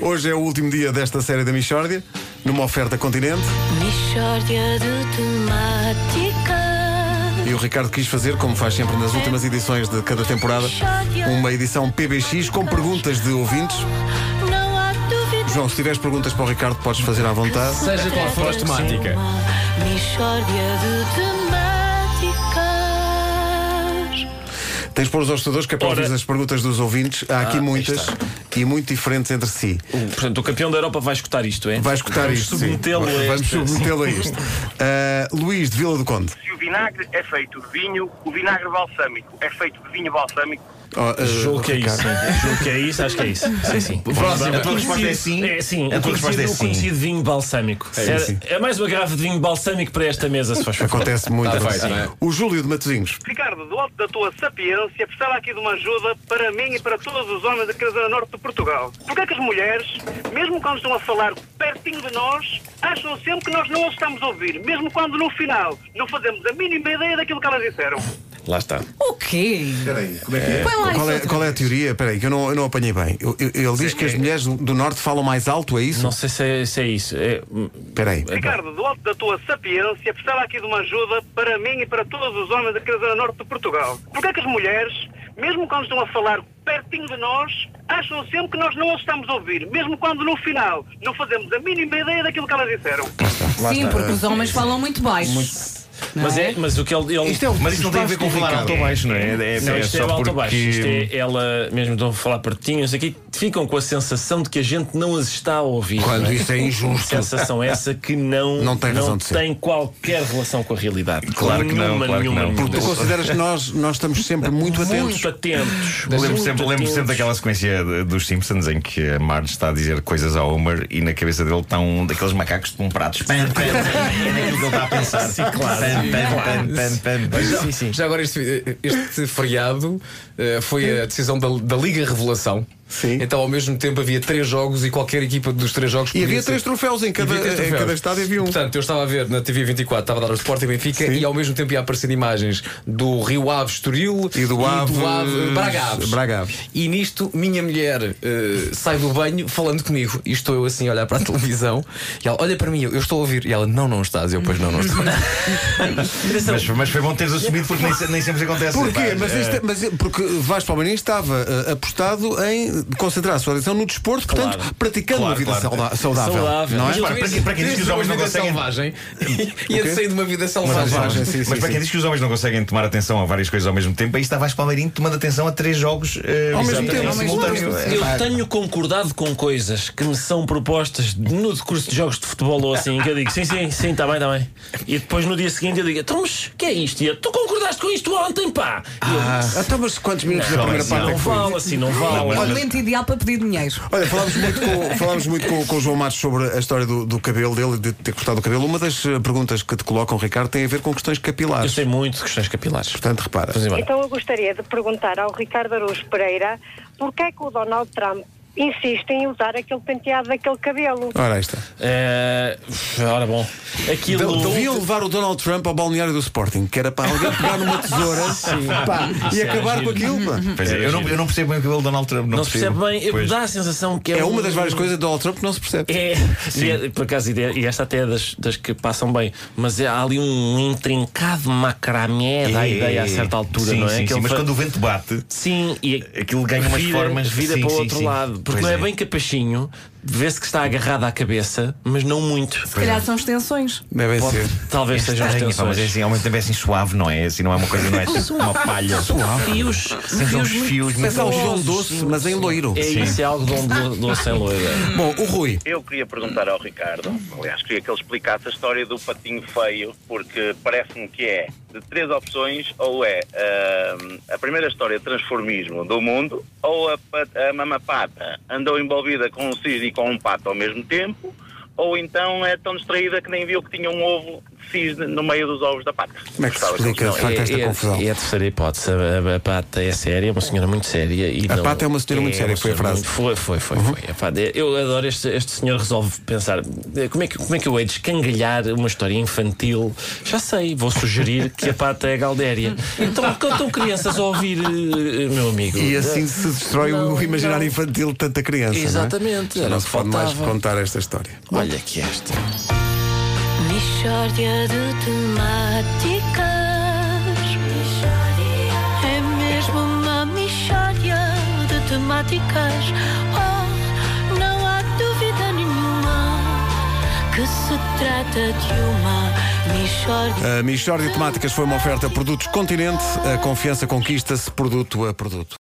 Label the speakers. Speaker 1: Hoje é o último dia desta série da Michórdia, numa oferta continente,
Speaker 2: Mishória de temáticas
Speaker 1: e o Ricardo quis fazer, como faz sempre nas últimas edições de cada temporada, uma edição PBX com perguntas de ouvintes.
Speaker 2: Não há dúvida
Speaker 1: João, se tiveres perguntas para o Ricardo, podes fazer à vontade.
Speaker 3: Seja qual for a temática.
Speaker 2: Mishória de temáticas
Speaker 1: Tens de pôr os hostadores que é para
Speaker 4: Ora. Ah,
Speaker 1: ouvir as perguntas dos ouvintes. Há aqui
Speaker 4: aí
Speaker 1: muitas
Speaker 4: está.
Speaker 1: e muito diferentes entre si.
Speaker 4: O- Portanto, o campeão da Europa vai escutar isto, é?
Speaker 1: Vai escutar
Speaker 4: Vamos
Speaker 1: isto.
Speaker 4: submetê-lo
Speaker 1: sim.
Speaker 4: a
Speaker 1: Vamos
Speaker 4: esta-
Speaker 1: submetê-lo a isto. Ah, Luís de Vila do Conde.
Speaker 5: Se o vinagre é feito de vinho, o vinagre balsâmico é feito de vinho balsâmico.
Speaker 1: Oh, ah,
Speaker 4: Julgo que é isso.
Speaker 1: Ricardo.
Speaker 4: sim. Julgo que é isso, acho que é isso. Sim, sim.
Speaker 6: Próximo, a tua
Speaker 4: Conhecido-
Speaker 6: resposta é sim.
Speaker 4: É sim.
Speaker 6: A
Speaker 4: o
Speaker 6: tua resposta é
Speaker 4: conhecido- o
Speaker 6: sim.
Speaker 4: conhecido vinho balsâmico. É, é mais uma garrafa de vinho balsâmico para esta mesa, se faz favor.
Speaker 1: Acontece muito.
Speaker 6: Tá
Speaker 1: acontece.
Speaker 6: feito, não é?
Speaker 1: O Júlio de Matosinhos.
Speaker 5: Ricardo, do alto da tua sapiência, precisava aqui de uma ajuda para mim e para todos os homens daquela zona norte de Portugal. Porquê é que as mulheres, mesmo quando estão a falar pertinho de nós, acham sempre que nós não as estamos a ouvir, mesmo quando no final não fazemos a mínima ideia daquilo que elas disseram?
Speaker 6: Lá está.
Speaker 7: O quê?
Speaker 1: Como é que é?
Speaker 7: Põe lá
Speaker 1: Qual é,
Speaker 7: isso
Speaker 1: qual é a teoria? Espera aí, que eu não, eu não apanhei bem. Eu- eu- Ele diz que as mulheres do- do Norte falam mais alto, é isso?
Speaker 4: Não sei se é, se é isso. É,
Speaker 1: Espera aí.
Speaker 5: Ricardo, do alto da tua sapiência, precisava aqui de uma ajuda para mim e para todos os homens daquela zona norte de Portugal. Porquê é que as mulheres, mesmo quando estão a falar pertinho de nós, acham sempre que nós não as estamos a ouvir, mesmo quando no final não fazemos a mínima ideia daquilo que elas disseram?
Speaker 7: Sim, porque os homens falam muito baixo. Não
Speaker 4: mas,
Speaker 7: é?
Speaker 4: é, mas o que ele. ele-
Speaker 1: Isto é o
Speaker 6: Mas isto não tem a ver com falar alto ou baixo, não é? É, é,
Speaker 4: Não,
Speaker 6: é
Speaker 4: isto é,
Speaker 6: só
Speaker 4: o alto
Speaker 6: porque...
Speaker 4: ou baixo. Isto é ela mesmo estão a falar pertinho, não sei o quê, ficam com a sensação de que a gente não as está a ouvir. não
Speaker 1: Quando
Speaker 4: é?
Speaker 1: isso é injusto.
Speaker 4: sensação essa que não,
Speaker 1: Não tem razão de ser.
Speaker 4: tem qualquer relação com a realidade.
Speaker 6: Claro que não,
Speaker 4: Nenhuma,
Speaker 6: claro que
Speaker 4: nenhuma,
Speaker 6: não.
Speaker 4: nenhuma.
Speaker 1: Porque tu consideras que nós, nós estamos sempre muito atentos.
Speaker 4: Muito atentos.
Speaker 6: Lembro
Speaker 4: muito
Speaker 6: sempre, lembro sempre
Speaker 4: atentos.
Speaker 6: daquela sequência de- dos Simpsons em que a Marge está a dizer coisas a Homer e na cabeça dele estão daqueles macacos de um prato. Pam, pam, pam. É naquilo que ele está a pensar. Sim, claro. Pam, pam, pam, pam, pam, pam.
Speaker 3: Já, já agora este, este feriado eh, foi a decisão da, da Liga Revelação.
Speaker 1: Sim.
Speaker 3: Então, ao mesmo tempo, havia três jogos e qualquer equipa dos três jogos
Speaker 1: E
Speaker 3: podia
Speaker 1: havia
Speaker 3: ser-
Speaker 1: três troféus em cada,
Speaker 3: Havia três
Speaker 1: em
Speaker 3: troféus.
Speaker 1: cada estádio havia um.
Speaker 3: Portanto, eu estava a ver na TV 24, estava a dar o Sporting Benfica
Speaker 1: Sim.
Speaker 3: e ao mesmo tempo ia aparecer imagens do Rio Aves Estoril
Speaker 1: E do Aves-
Speaker 3: Braga Aves.
Speaker 1: Braga Aves.
Speaker 3: E nisto, minha mulher eh, sai do banho falando comigo e estou eu assim a olhar para a televisão e ela olha para mim, eu, eu estou a ouvir. E ela, não, não estás. E eu, pois não, não estou.
Speaker 6: Mas, mas foi bom teres assumido porque nem, se- nem sempre acontece.
Speaker 1: Porquê?
Speaker 6: Pá,
Speaker 1: Mas,
Speaker 6: eh,
Speaker 1: isto é- mas é- porque Vasco Palmeirinho estava eh, apostado em concentrar a sua atenção no desporto, portanto,
Speaker 4: Claro.
Speaker 1: praticando
Speaker 6: Claro,
Speaker 1: uma vida
Speaker 6: claro.
Speaker 1: sauda- saudável.
Speaker 4: Saudável.
Speaker 1: Não é?
Speaker 4: E
Speaker 6: Repara, para quem- para quem diz que os homens não conseguem-
Speaker 3: Selvagem, ia sair de uma vida selvagem.
Speaker 1: selvagem, sim.
Speaker 6: Mas para quem diz que os homens não conseguem tomar atenção a várias coisas ao mesmo tempo, aí estava a Palmeirinho tomando atenção a três jogos eh,
Speaker 1: Ao mesmo
Speaker 6: em
Speaker 1: tempo, ao mesmo
Speaker 6: simultâneo.
Speaker 1: tempo.
Speaker 6: Eh,
Speaker 4: Eu
Speaker 6: pá,
Speaker 4: tenho concordado com coisas que me são propostas no decurso de jogos de futebol ou assim, que eu digo sim, sim, sim, está bem, está bem. E depois no dia seguinte eu digo, então, mas o que é isto? E eu, tu concordaste com isto ontem, pá! E eu,
Speaker 1: Ah, então, mas quantos minutos da
Speaker 6: Não,
Speaker 1: primeira
Speaker 6: não,
Speaker 1: parte é
Speaker 4: não
Speaker 1: que foi?
Speaker 4: vale assim, não vale.
Speaker 7: É o momento ideal para pedir dinheiro.
Speaker 1: Olha, falámos muito, com, falámos muito com, com o João Matos sobre a história do, do cabelo dele, de ter cortado o cabelo. Uma das eh, perguntas que te colocam, Ricardo, tem a ver com questões
Speaker 4: Eu
Speaker 1: capilares.
Speaker 4: sei muito de questões capilares.
Speaker 1: Portanto, repara.
Speaker 4: Vamos embora.
Speaker 8: Então eu gostaria de perguntar ao Ricardo Araújo Pereira porque é que o Donald Trump insiste em usar aquele penteado daquele cabelo.
Speaker 1: Ora, aí está.
Speaker 4: Eh, ora bom, aquilo.
Speaker 1: Deviam levar o Donald Trump ao balneário do Sporting, que era para alguém pegar numa tesoura pá,
Speaker 4: Isso
Speaker 1: e
Speaker 4: era
Speaker 1: acabar com
Speaker 4: giro. Uhum.
Speaker 1: aquilo. pá.
Speaker 6: Pois é, eu, não, eu não percebo bem o cabelo do Donald Trump. Não,
Speaker 4: não se percebe bem, eu-
Speaker 6: Pois.
Speaker 4: dá a sensação que é,
Speaker 1: É
Speaker 4: um-
Speaker 1: uma das várias coisas do Donald Trump que não se percebe.
Speaker 4: É, e é- por acaso, e de- e esta até é das, das que passam bem, mas é, há ali um intrincado macramé da
Speaker 6: É,
Speaker 4: ideia a certa altura,
Speaker 6: sim,
Speaker 4: não é?
Speaker 6: Sim,
Speaker 4: Que
Speaker 6: sim,
Speaker 4: ele
Speaker 6: mas
Speaker 4: fa-
Speaker 6: quando o vento bate.
Speaker 4: Sim, e
Speaker 6: Aquilo ganha umas
Speaker 4: vira,
Speaker 6: formas,
Speaker 4: vira
Speaker 6: sim,
Speaker 4: para o
Speaker 6: sim,
Speaker 4: outro
Speaker 6: sim.
Speaker 4: lado, porque
Speaker 6: Pois
Speaker 4: não é,
Speaker 6: é.
Speaker 4: bem capachinho, vê-se que está agarrado à cabeça, mas não muito.
Speaker 7: Se calhar são extensões.
Speaker 1: Devem
Speaker 4: Pode-
Speaker 1: ser.
Speaker 4: talvez sejam
Speaker 6: estranho, pá, mas é
Speaker 4: extensões.
Speaker 6: assim, ao mesmo tempo é assim suave, não é? Assim não é uma coisa, não é tipo uma palha.
Speaker 4: Fios,
Speaker 6: Sim, são uns
Speaker 4: muito-
Speaker 6: fios muito
Speaker 1: Mas há um
Speaker 6: longe.
Speaker 1: algodão doce, mas em loiro.
Speaker 4: É isso, é algodão do- doce em loira.
Speaker 1: Bom, o Rui.
Speaker 9: Eu queria perguntar ao Ricardo, aliás, queria que ele explicasse a história do patinho feio, porque parece-me que é de três opções, ou é ahm, a primeira história de transformismo do mundo, ou a, pa- a mamapata andou envolvida com um cisne e com um pato ao mesmo tempo, ou então é tão distraída que nem viu que tinha um ovo de cisne no meio dos ovos da pata.
Speaker 1: Como é que se
Speaker 9: Gostava
Speaker 1: explica
Speaker 9: eles
Speaker 1: de
Speaker 9: não-
Speaker 1: facto esta
Speaker 4: é,
Speaker 1: confusão?
Speaker 4: é a terceira hipótese. A, a- a Pata é séria, é uma senhora muito séria. E
Speaker 1: A
Speaker 4: não-
Speaker 1: Pata é uma senhora muito
Speaker 4: é
Speaker 1: séria,
Speaker 4: uma
Speaker 1: foi a
Speaker 4: senhora
Speaker 1: frase. Uhum.
Speaker 4: muito- Foi, foi, foi. foi. A Pata- eu adoro este, este senhor resolve pensar eh, como é, que, como é que eu hei de escangalhar uma história infantil. Já sei, vou sugerir que a Pata é a Galdéria. Então, estão crianças a ouvir, eh, eh, meu amigo.
Speaker 1: E assim se destrói
Speaker 4: Não,
Speaker 1: o imaginário
Speaker 4: não.
Speaker 1: infantil de tanta criança. não é?
Speaker 4: Exatamente,
Speaker 1: Já
Speaker 4: era
Speaker 1: não
Speaker 4: o
Speaker 1: se
Speaker 4: que
Speaker 1: pode mais
Speaker 4: faltava.
Speaker 1: contar esta história.
Speaker 4: Olha que esta.
Speaker 2: Michórdia de temáticas É mesmo uma michórdia de temáticas Oh, não há dúvida nenhuma Que se trata de uma michórdia
Speaker 1: A Michórdia de Temáticas foi uma oferta a Produtos Continente. A confiança conquista-se produto a produto.